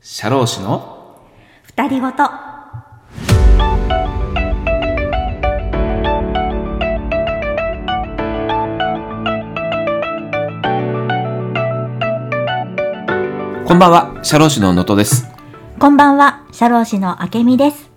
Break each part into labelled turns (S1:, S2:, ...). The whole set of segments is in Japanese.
S1: 社労士の
S2: 二人ごと。
S1: こんばんは社労士の能登です
S2: こんばんは、社労士のあけみです。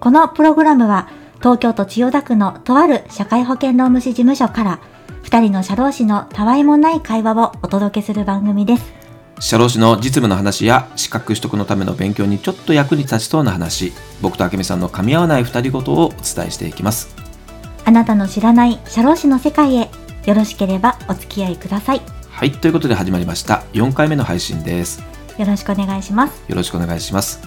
S2: このプログラムは、東京都千代田区のとある社会保険労務士事務所から、二人の社労士のたわいもない会話をお届けする番組です。
S1: 社労士の実務の話や資格取得のための勉強にちょっと役に立ちそうな話僕とあけみさんの噛み合わない二人ごとをお伝えしていきます
S2: あなたの知らない社労士の世界へ、よろしければお付き合いください。
S1: はいということで始まりました4回目の配信です
S2: よろしくお願いします。
S1: よろしくお願いします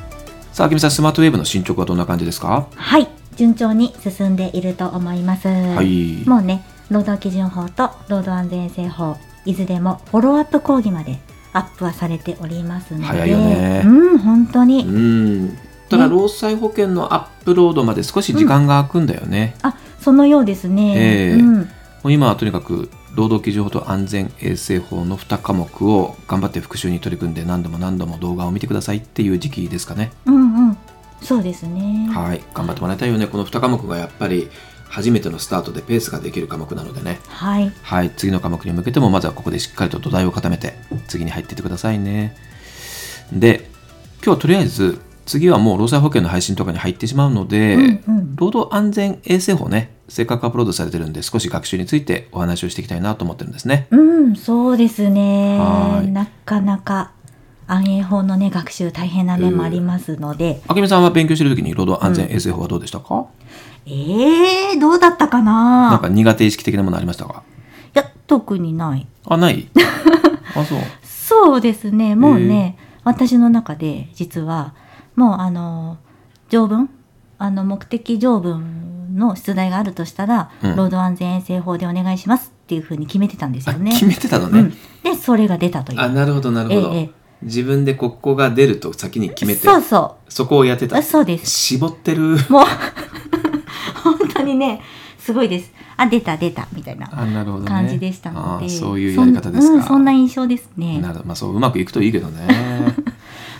S1: さああけみさんスマートウェーブの進捗はどんな感じですか
S2: はい、順調に進んでいると思います。
S1: はい
S2: もうね、労働基準法と労働安全衛生法、いずれもフォローアップ講義までアップはされておりますので。
S1: 早いよね
S2: うん、本当
S1: う
S2: に。
S1: んただ
S2: ね
S1: 労災保険のアップロードまで少し時間が空くんだよね、
S2: あ、そのようですね。
S1: ええ
S2: うん。
S1: もう今はとにかく労働基準法と安全衛生法の2科目を頑張って復習に取り組んで何度も何度も動画を見てくださいっていう時期ですかね。
S2: うんうん。そうですね。
S1: はい、頑張ってもらいたいよね。この2科目がやっぱり初めてのスタートでペースができる科目なのでね。
S2: はい。
S1: はい、次の科目に向けてもまずはここでしっかりと土台を固めて次に入っていってくださいね。で、今日はとりあえず次はもう労災保険の配信とかに入ってしまうので、
S2: うんうん。
S1: 労働安全衛生法ね、せっかくアップロードされてるんで少し学習についてお話をしていきたいなと思ってるんですね。
S2: うん、そうですね
S1: はい。
S2: なかなか安永法のね、学習大変な面もありますので。
S1: あけみさんは勉強してる時に労働安全衛生法はどうでしたか、
S2: ええどうだったか
S1: なん
S2: な
S1: か苦手意識的なものありましたか
S2: いや、特にない。
S1: あ、ない あ、そう。
S2: そうですね。もうね、私の中で実は、もうあの、条文、あの、目的条文の出題があるとしたら、
S1: うん
S2: 労働安全衛生法でお願いしますっていうふうに決めてたんです
S1: あ
S2: よね。
S1: 決めてたの
S2: う
S1: ね。
S2: ん、で、それが出たという。
S1: あ、なるほど、なるほど。
S2: ええ
S1: 自分でここが出ると先に決めて、
S2: そうそ
S1: そこをやってた
S2: う。。そうです。
S1: 絞って る。
S2: もう、本当にね、すごいです。あ、出た出た、みたいな
S1: あ、なるほどね。
S2: 感じでしたので。
S1: あそういうやり方です
S2: そ
S1: か。
S2: んうん、そんな印象ですね。
S1: なるまあそう、うまくいくといいけど ね。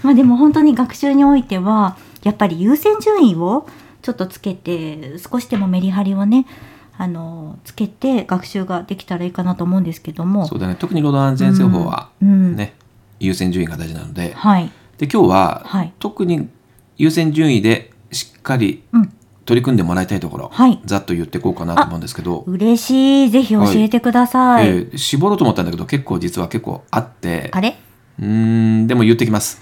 S2: まあでも本当に学習においてはやっぱり優先順位をちょっとつけて少しでもメリハリをねあのつけて学習ができたらいいかなと思うんですけども
S1: そうだね。特に労働安全衛生法は、
S2: うん、
S1: ね、優先順位が大事なので、
S2: はい
S1: で今日は、
S2: はい
S1: 特に優先順位でしっかり
S2: うん
S1: 取り組んでもらいたいところ、
S2: はい
S1: ざっと言っていこうかなと思うんですけど、
S2: 嬉しいぜひ教えてください、
S1: えー絞ろうと思ったんだけど結構実は結構あって
S2: あれ
S1: うーんでも言ってきます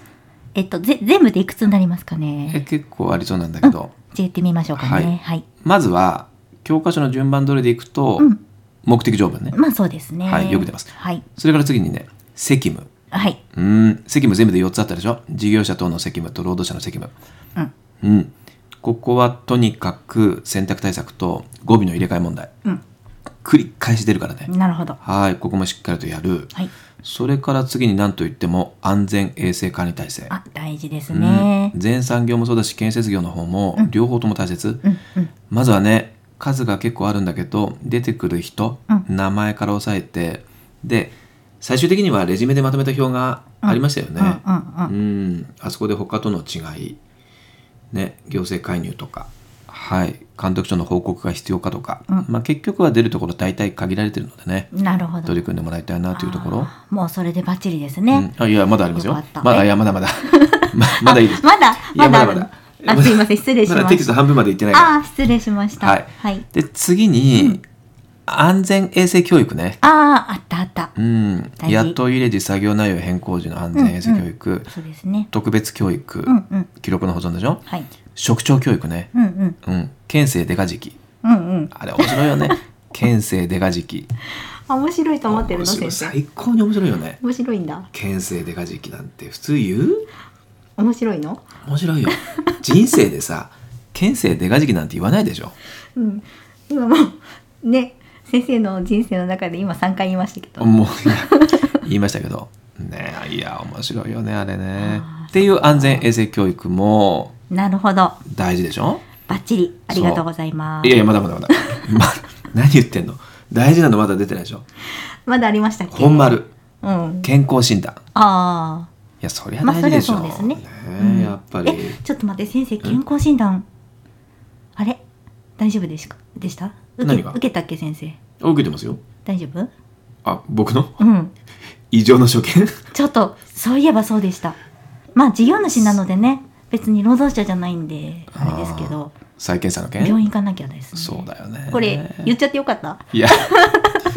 S2: えっとぜ全部でいくつになりますか
S1: え
S2: ね
S1: 結構ありそうなんだけど、
S2: じゃあ言ってみましょうかねはい、
S1: まずは教科書の順番通りでいくと、
S2: うん
S1: 目的条文ね
S2: まあそうですね
S1: はいよく出ます
S2: はい
S1: それから次にね責務
S2: はい、
S1: うーん責務全部で4つあったでしょ事業者等の責務と労働者の責務
S2: うん
S1: うんここはとにかく選択対策と語尾の入れ替え問題
S2: うん、
S1: 繰り返し出るからね
S2: なるほど
S1: はいここもしっかりとやる
S2: はい
S1: それから次に何と言っても安全衛生管理体制
S2: あ大事ですね
S1: うん、全産業もそうだし建設業の方も両方とも大切、
S2: うんうん
S1: まずはね数が結構あるんだけど出てくる人、
S2: う
S1: 名前から押さえてで最終的にはレジュメでまとめた表がありましたよね、
S2: うんうんうん
S1: うん、あそこで他との違い、ね、行政介入とか、はい、監督署の報告が必要かとか、
S2: うん
S1: まあ、結局は出るところ大体限られてるのでね
S2: なるほど
S1: 取り組んでもらいたいなというところ、
S2: あーもうそれでバッチリです
S1: う
S2: ね
S1: ん、、あいやまだありますよ
S2: よかった
S1: まだいやまだま だままだいいです
S2: まだ
S1: いや
S2: まだあ
S1: ま
S2: る
S1: だまだ
S2: あすいません失礼し
S1: ま
S2: ま
S1: だテキ
S2: し
S1: スト半分までいってない
S2: た
S1: から
S2: ああー失礼しました
S1: はいで次に、安全衛生教育ね
S2: あああったあった
S1: うん
S2: 大事
S1: 雇い入れ時作業内容変更時の安全衛生教育、
S2: そうですね
S1: 特別教育、
S2: うんうん
S1: 記録の保存でしょ
S2: はい
S1: 職長教育ね、
S2: うんうん
S1: うん、県政デカ時期
S2: うんうん
S1: あれ面白いよ ね県政デカ時期
S2: あ面白いと思ってるの
S1: 面白
S2: 先
S1: い
S2: 生
S1: 最高に面白いよね
S2: 面白いんだ
S1: 県政デカ時期なんて普通言う
S2: 面白いの
S1: 面白いよ人生でさ県政デカ時期なんて言わないでしょ
S2: うん今もうね先生の人生の中で今3回言いましたけど
S1: もういや言いましたけどねえいや面白いよねあれね
S2: あー
S1: っていう安全衛生教育も
S2: なるほど
S1: 大事でしょ
S2: バッチリありがとうございま
S1: い
S2: す
S1: やいやまだまだまだ ま何言ってんの大事なのまだ出てないでしょ
S2: まだありましたっけ
S1: 本丸
S2: うん
S1: 健康診断
S2: ああ
S1: やそりゃ大事でしょ、
S2: まあそりゃそうです
S1: ね
S2: うん
S1: やっぱり
S2: えちょっと待って先生健康診断あれ大丈夫ですかでした受け
S1: 何が
S2: 受けたっけ先生
S1: あ受けてますよ
S2: 大丈夫
S1: あ僕の
S2: うん
S1: 異常な所見
S2: ちょっとそういえばそうでしたまあ事業主なのでね別に労働者じゃないんであれですけど
S1: 再検査の件
S2: 病院行かなきゃですね
S1: そうだよね
S2: これ言っちゃってよかった
S1: いや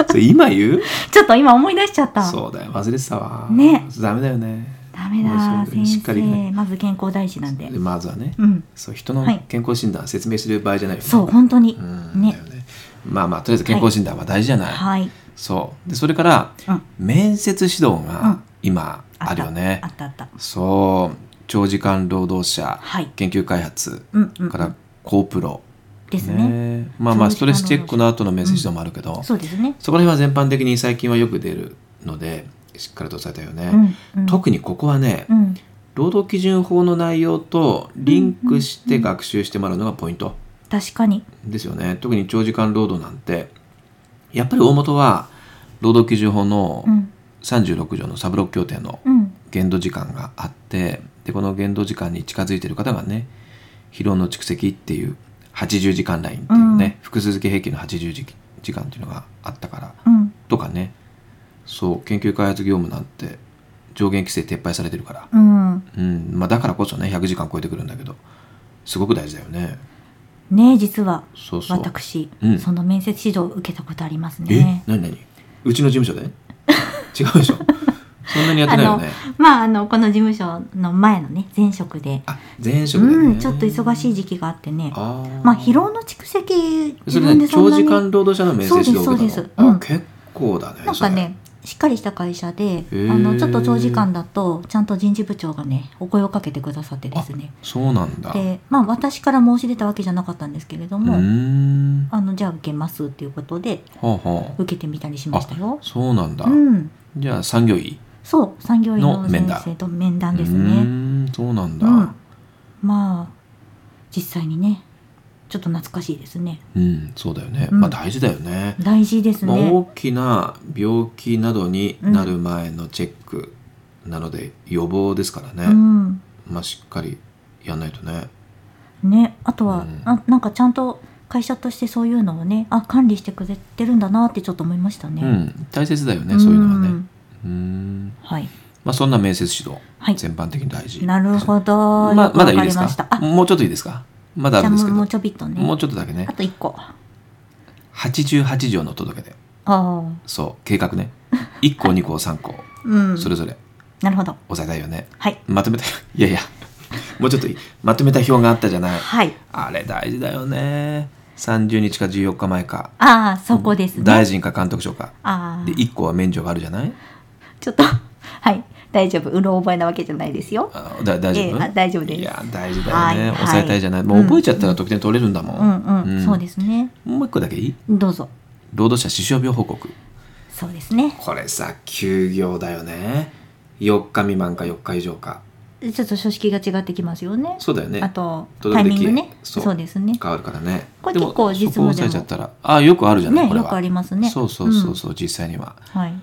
S1: それ今言う
S2: ちょっと今思い出しちゃった
S1: そうだよ忘れてたわ
S2: ね
S1: ダメだよね
S2: ダメ
S1: ま
S2: だ
S1: あそう
S2: 先
S1: しっかり
S2: 生
S1: ね
S2: まず健康大事なんで
S1: でまずはね
S2: うん
S1: そう人の
S2: はい
S1: 健康診断説明する場合じゃないよね
S2: そう本当に
S1: うんだ
S2: ね
S1: よねまあまあとりあえず健康診断は大事じゃない、
S2: はい
S1: そうでそれから
S2: うん
S1: 面接指導
S2: う
S1: が
S2: ん
S1: 今
S2: あった
S1: あるよね
S2: あ、ったあった
S1: そう長時間労働者
S2: はい
S1: 研究開発
S2: うんうん
S1: から高プロ、
S2: ですね
S1: ねまあまあスト
S2: 長時間労働者
S1: レスチェックの後の面接指導もあるけど、そ
S2: そうですね
S1: こら辺は全般的に最近はよく出るのでしっかりと伝えたよね、
S2: うんうん
S1: 特にここはね、
S2: うん
S1: 労働基準法の内容とリンクして学習してもらうのがポイント
S2: 確かに
S1: ですよね特に長時間労働なんてやっぱり大元は労働基準法の
S2: うん
S1: 36条のサブロック協定の
S2: うん
S1: 限度時間があってでこの限度時間に近づいている方がね疲労の蓄積っていう80時間ラインっていうね、複数付け平均の80時時間っていうのがあったから
S2: うん
S1: とかねそう研究開発業務なんて上限規制撤廃されてるから、
S2: うん
S1: うんまあ、だからこそね100時間超えてくるんだけどすごく大事だよね
S2: ね実は
S1: そうそう
S2: 私
S1: うん
S2: その面接指導を受けたことあります
S1: え
S2: ね
S1: 何何うちの事務所 で違うでしょそんなにやってないよね
S2: まああのこの事務所の前のね前職で
S1: あ前職でね、
S2: うんちょっと忙しい時期があってね
S1: あー
S2: まあ疲労の蓄積
S1: そ
S2: 自
S1: れ
S2: 分で
S1: ね
S2: そん
S1: 長
S2: な
S1: 時
S2: に
S1: 間労働者の面接指導を受けたの
S2: そうですそうですうん
S1: あ結構だね
S2: なんかねしっかりした会社であ
S1: ー
S2: のちょっと長時間だとちゃんと人事部長がねお声をかけてくださってですね
S1: それそうなんだう
S2: でまあ私から申し出たわけじゃなかったんですけれど
S1: ー
S2: も、
S1: ん
S2: あのじゃあ受けますっていうことで
S1: ほうほう
S2: 受けてみたりしましたよ。
S1: そうなんだ、
S2: うん、
S1: じゃあ産業医
S2: そう産業医の
S1: の面
S2: 先
S1: 談
S2: 生と面談です
S1: う
S2: ね。
S1: ーんそうなんだ、
S2: うんまあ実際にねちょっと懐かしいですね。
S1: うん、そうだよね、
S2: うん
S1: まあ大事だよね、
S2: 大事です
S1: まあ、
S2: ね。
S1: 大きな病気などになる前のチェックなので予防ですからね、
S2: うん、
S1: まあしっかりやんないとね
S2: ねあとは、
S1: うん
S2: あなんかちゃんと会社としてそういうのをねあ管理してくれてるんだなってちょっと思いました
S1: う
S2: ね。
S1: ん大切だよねそういうのはね
S2: ん
S1: うーん
S2: はい
S1: まあそんな面接指導、
S2: はい
S1: 全般的に大事
S2: なるほど。
S1: ま
S2: よ
S1: あ
S2: く
S1: まだいい
S2: わ
S1: で
S2: り
S1: す
S2: ました
S1: か
S2: あ
S1: もうちょっといいですかまだあ
S2: じゃ
S1: る
S2: あ
S1: んです
S2: も
S1: けども
S2: うもうちょびっとね。
S1: うちょっとだけね
S2: あと一個。あ
S1: 88条の届けで
S2: あ。
S1: そう計画ね1項2項3項
S2: うん。
S1: それぞれ
S2: なるほど。
S1: 押さえたいよね
S2: はい。
S1: まとめたいやいやもうちょっといいまとめた表があったじゃない
S2: はい。
S1: あれ大事だよね30日か14日前か
S2: ああ、そこですね。
S1: 大臣か監督賞か
S2: ああ
S1: で。1項は免除があるじゃない
S2: ちょっと、 はい。大丈夫。うろ覚えなわけじゃないですよ。
S1: あだ大丈夫、
S2: ええあ大丈夫です
S1: いや大事だよね、
S2: はいはい
S1: 抑えたいじゃないもう覚えちゃったら得点取れるんだもん、
S2: うんうん。
S1: うん
S2: そうですね。
S1: もう一個だけいい
S2: どうぞ。
S1: 労働者死傷病報告
S2: そうですね。
S1: これさ休業だよね4日未満か4日以上か
S2: ちょっと書式が違ってきますよね。
S1: そうだよね
S2: あと、タ
S1: 届
S2: イ
S1: け
S2: ミ
S1: 出
S2: ングね。
S1: そう
S2: そうですね。
S1: 変わるからね
S2: これ
S1: でも
S2: 結構実務でも
S1: そこを抑えちゃったらあよくあるじゃない、
S2: ね、
S1: これ
S2: よ
S1: は
S2: くありますね。
S1: そうそうそう
S2: そ
S1: そう、実際には
S2: うん。はい。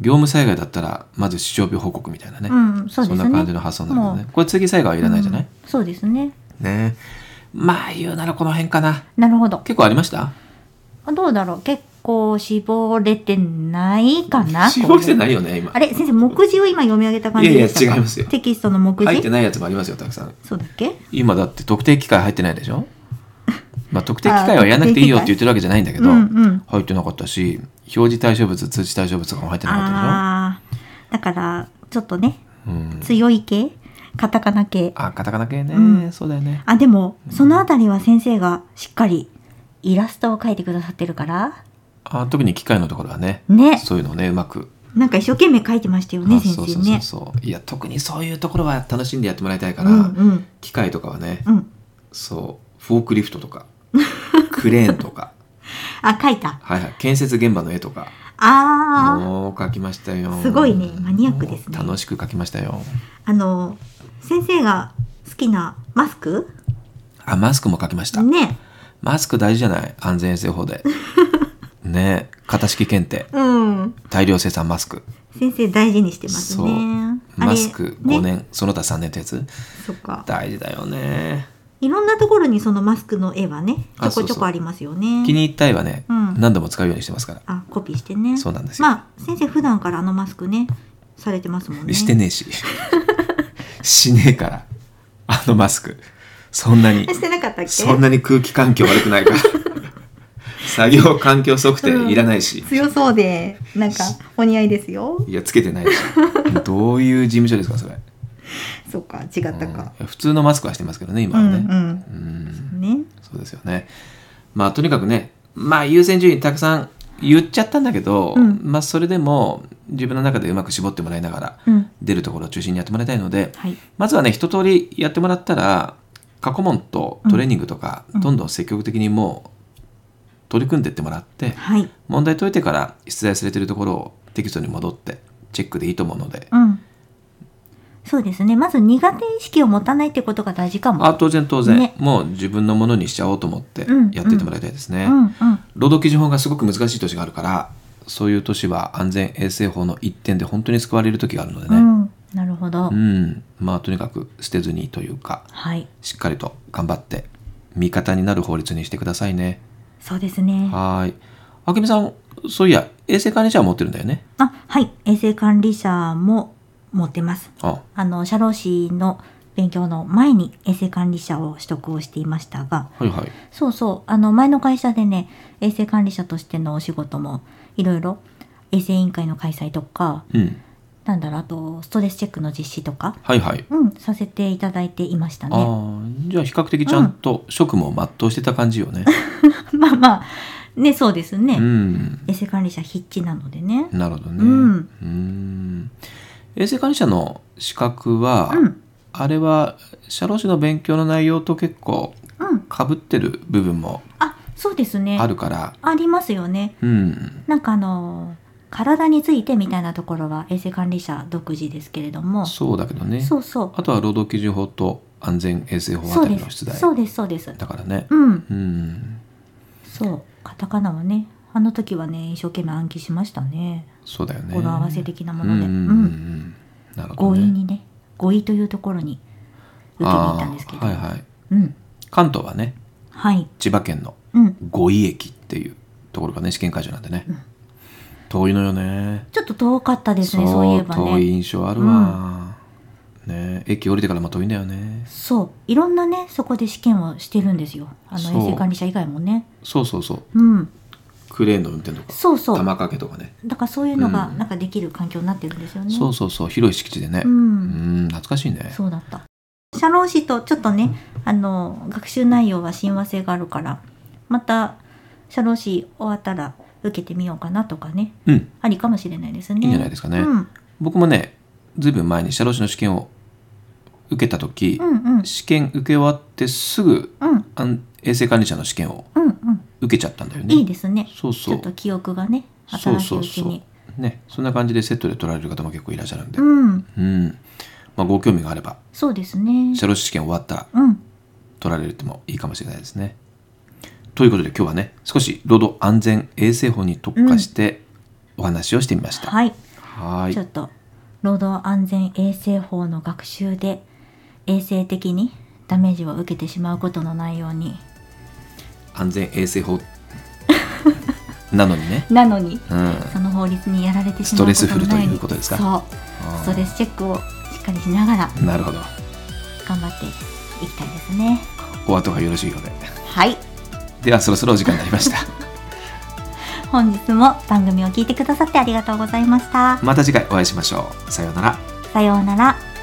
S1: 業務災害だったらまず死傷病報告みたいなね、
S2: うん、そうですね。
S1: んな感じの発想になるよねこれ次災害はいらないじゃない、
S2: うんそうですね。
S1: ねまあ言うならこの辺かな
S2: なるほど。
S1: 結構ありました
S2: どうだろう。結構絞れてないか な。。
S1: 絞れてないいよね今
S2: あれ、先生、目次を今読み上げた感じ
S1: いやいや
S2: でしたか
S1: 違いますよ
S2: テキストの目次。
S1: 入ってないやつもありますよたくさん
S2: そうだっけ
S1: 今だって特定機械入ってないでしょまあ特定機械はやらなくていいよって言ってるわけじゃないんだけど、
S2: うんうん。
S1: 入ってなかったし表示対象物通知対象物とかも入ってなかった
S2: ああ、だから、ちょっと
S1: でし
S2: ね、
S1: ょうん
S2: 強い系カタカナ系。
S1: あカタカナ系ね、
S2: うん
S1: そうだよね
S2: あ、でも、そのあたりは先生がしっかりイラストを描いてくださってるから、
S1: あ特に機械のところはね
S2: ね、
S1: そういうのをねうまく、
S2: なんか一生懸命描いてましたよね、
S1: あ
S2: 先
S1: そう
S2: 生
S1: そうそう
S2: ね。
S1: そういや特にそういうところは楽しんでやってもらいたいから、
S2: うんうん。
S1: 機械とかはね、
S2: うん。
S1: そうフォークリフトと かクレーンとか
S2: あ、描いた。
S1: はいはい建設現場の絵とか
S2: ああ、
S1: もう描きましたよ
S2: すごいねマニアックですね
S1: もう楽しく描きましたよ
S2: あの、先生が好きなマスク
S1: あマスクも描きました、
S2: ね。
S1: マスク大事じゃない安全衛生法で ねえ型式検定
S2: うん。
S1: 大量生産マスク
S2: 先生大事にしてます
S1: そう
S2: ね。あれ
S1: マスク
S2: ね
S1: 5年、その他3年ってやつ
S2: そっか
S1: 大事だよね
S2: いろんなところにそのマスクの絵はねちょ
S1: あそ
S2: こ
S1: うそう
S2: ちょこありますよね
S1: 気に入った絵はね、
S2: うん
S1: 何度も使うようにしてますから
S2: あコピーしてね
S1: そうなんですよ、
S2: まあ先生普段からあのマスクねされてますもんね
S1: してねえししねえからあのマスクそんなに
S2: えしてなかったっけ
S1: そんなに空気環境悪くないから作業環境測定いらないし、
S2: 強そうでなんかお似合いですよ
S1: いやつけてないしどういう事務所ですかそれ、
S2: そうか違った
S1: うんい
S2: か、
S1: や普通のマスクはしてますけどね
S2: う
S1: 今は
S2: んう
S1: ね、
S2: ん
S1: うん
S2: ね
S1: そうですよね。まあとにかくね、まあ優先順位たくさん言っちゃったんだけど、
S2: うん
S1: まあそれでも自分の中でうまく絞ってもらいながら
S2: うん
S1: 出るところを中心にやってもらいたいので、
S2: はい
S1: まずはね一通りやってもらったら過去問とトレーニングとか、
S2: うん
S1: どんどん積極的にもう取り組んでってもらって、
S2: はい
S1: 問題解いてから出題されてるところをテキストに戻ってチェックでいいと思うので、
S2: うんそうですねまず苦手意識を持たないってことが大事かも
S1: あ当然当然、
S2: ね
S1: もう自分のものにしちゃおうと思って
S2: うん
S1: やってってもらいたいですね。
S2: うんうん
S1: 労働基準法がすごく難しい年があるからそういう年は安全衛生法の一点で本当に救われる時があるので
S2: う
S1: ね、
S2: んなるほど、
S1: うんまあとにかく捨てずにというか
S2: はい
S1: しっかりと頑張って味方になる法律にしてくださいね
S2: そうですね
S1: はーいあけみさんそういや衛生管理者は持ってるんだよね
S2: あはい衛生管理者も持ってます
S1: あ
S2: あの社労士の勉強の前に衛生管理者を取得をしていましたが
S1: はいはい
S2: そうそうあの前の会社でね衛生管理者としてのお仕事もいろいろ衛生委員会の開催とか
S1: うん
S2: なんだろうあとストレスチェックの実施とか
S1: はいはい、
S2: うんさせていただいていました
S1: あ
S2: ね
S1: ーじゃあ比較的ちゃんと職務を全うしてた感じよね
S2: まあまあねそうですね、
S1: うん
S2: 衛生管理者必至なのでね
S1: なるほどね
S2: うん
S1: うん衛生管理者の資格は、
S2: うん
S1: あれは社労士の勉強の内容と結構
S2: うん
S1: かぶってる部分も
S2: あそうですね
S1: あるから、
S2: ありますよね
S1: うん、
S2: なんかあの体についてみたいなところは衛生管理者独自ですけれどもそ
S1: そうだけどね
S2: うそう
S1: あとは労働基準法と安全衛生法
S2: そ
S1: あ
S2: う
S1: たり
S2: で
S1: の
S2: す
S1: 出題
S2: そうですそうです
S1: だからね、
S2: うん
S1: うん、
S2: そうカタカナはねあの時はね一生懸命暗記しましたね
S1: そうだよね
S2: 語呂合わせ的なもので、
S1: うんうんうんうんなるほ
S2: 語
S1: ど、
S2: 彙
S1: ね、
S2: にね語彙というところに受けに行ったんですけ
S1: あー
S2: ど、
S1: はいはい、
S2: うん
S1: 関東はね
S2: はい
S1: 千葉県の
S2: うん
S1: 五井駅っていうところがね試験会場なんでね、
S2: うん
S1: 遠いのよね
S2: ちょっと遠かったですねそういえば
S1: 遠い
S2: ね
S1: 印象あるわ、ね駅降りてからまあ遠いんだよね
S2: そういろんなねそこで試験をしてるんですよあ
S1: そ
S2: の
S1: う
S2: 衛生管理者以外もね
S1: そうそうそう
S2: うん
S1: クレーンの運転とか
S2: そうそう
S1: 玉掛けとかね
S2: だからそういうのが
S1: うん
S2: なんかできる環境になってるんですよね。
S1: そうそうそう広い敷地でね
S2: う、
S1: うんん懐かしいね
S2: そうだった。社労士とちょっとね、あの学習内容は親和性があるから、また社労士終わったら受けてみようかなとかね、
S1: うん
S2: ありかもしれないですね。
S1: いいんじゃないですかね、
S2: うん、
S1: 僕もねずいぶん前に社労士の試験を受けた時
S2: う、ん、うん、
S1: 試験受け終わってすぐ
S2: うん、
S1: あん衛生管理者の試験を
S2: うん、うん、
S1: 受けちゃったんだよね
S2: いいですね。
S1: そう
S2: ち
S1: そ
S2: ょっ
S1: う
S2: と記憶がね、
S1: そう
S2: 新し
S1: そ
S2: いううち
S1: そ
S2: に。
S1: うねそんな感じでセットで取られる方も結構いらっしゃるんで
S2: うん、
S1: うんまあご興味があれば
S2: そうですね。
S1: 社労士試験終わったら
S2: うん、
S1: 取られてもいいかもしれないですね。ということで今日はね少し労働安全衛生法に特化してお話をしてみました。
S2: はい。
S1: はーい
S2: ちょっと労働安全衛生法の学習で衛生的にダメージを受けてしまうことのないように
S1: 安全衛生法なのにね、
S2: なのに
S1: うん、
S2: その法律にやられてしまうことのない
S1: ストレスフルということですか
S2: そうストレスチェックをしっかりしながら
S1: なるほど
S2: 頑張っていきたいですね
S1: お後がよろしいようで。
S2: はい
S1: ではそろそろお時間になりました。
S2: 本日も番組を聞いてくださってありがとうございました
S1: また次回お会いしましょう。さようなら。
S2: さようなら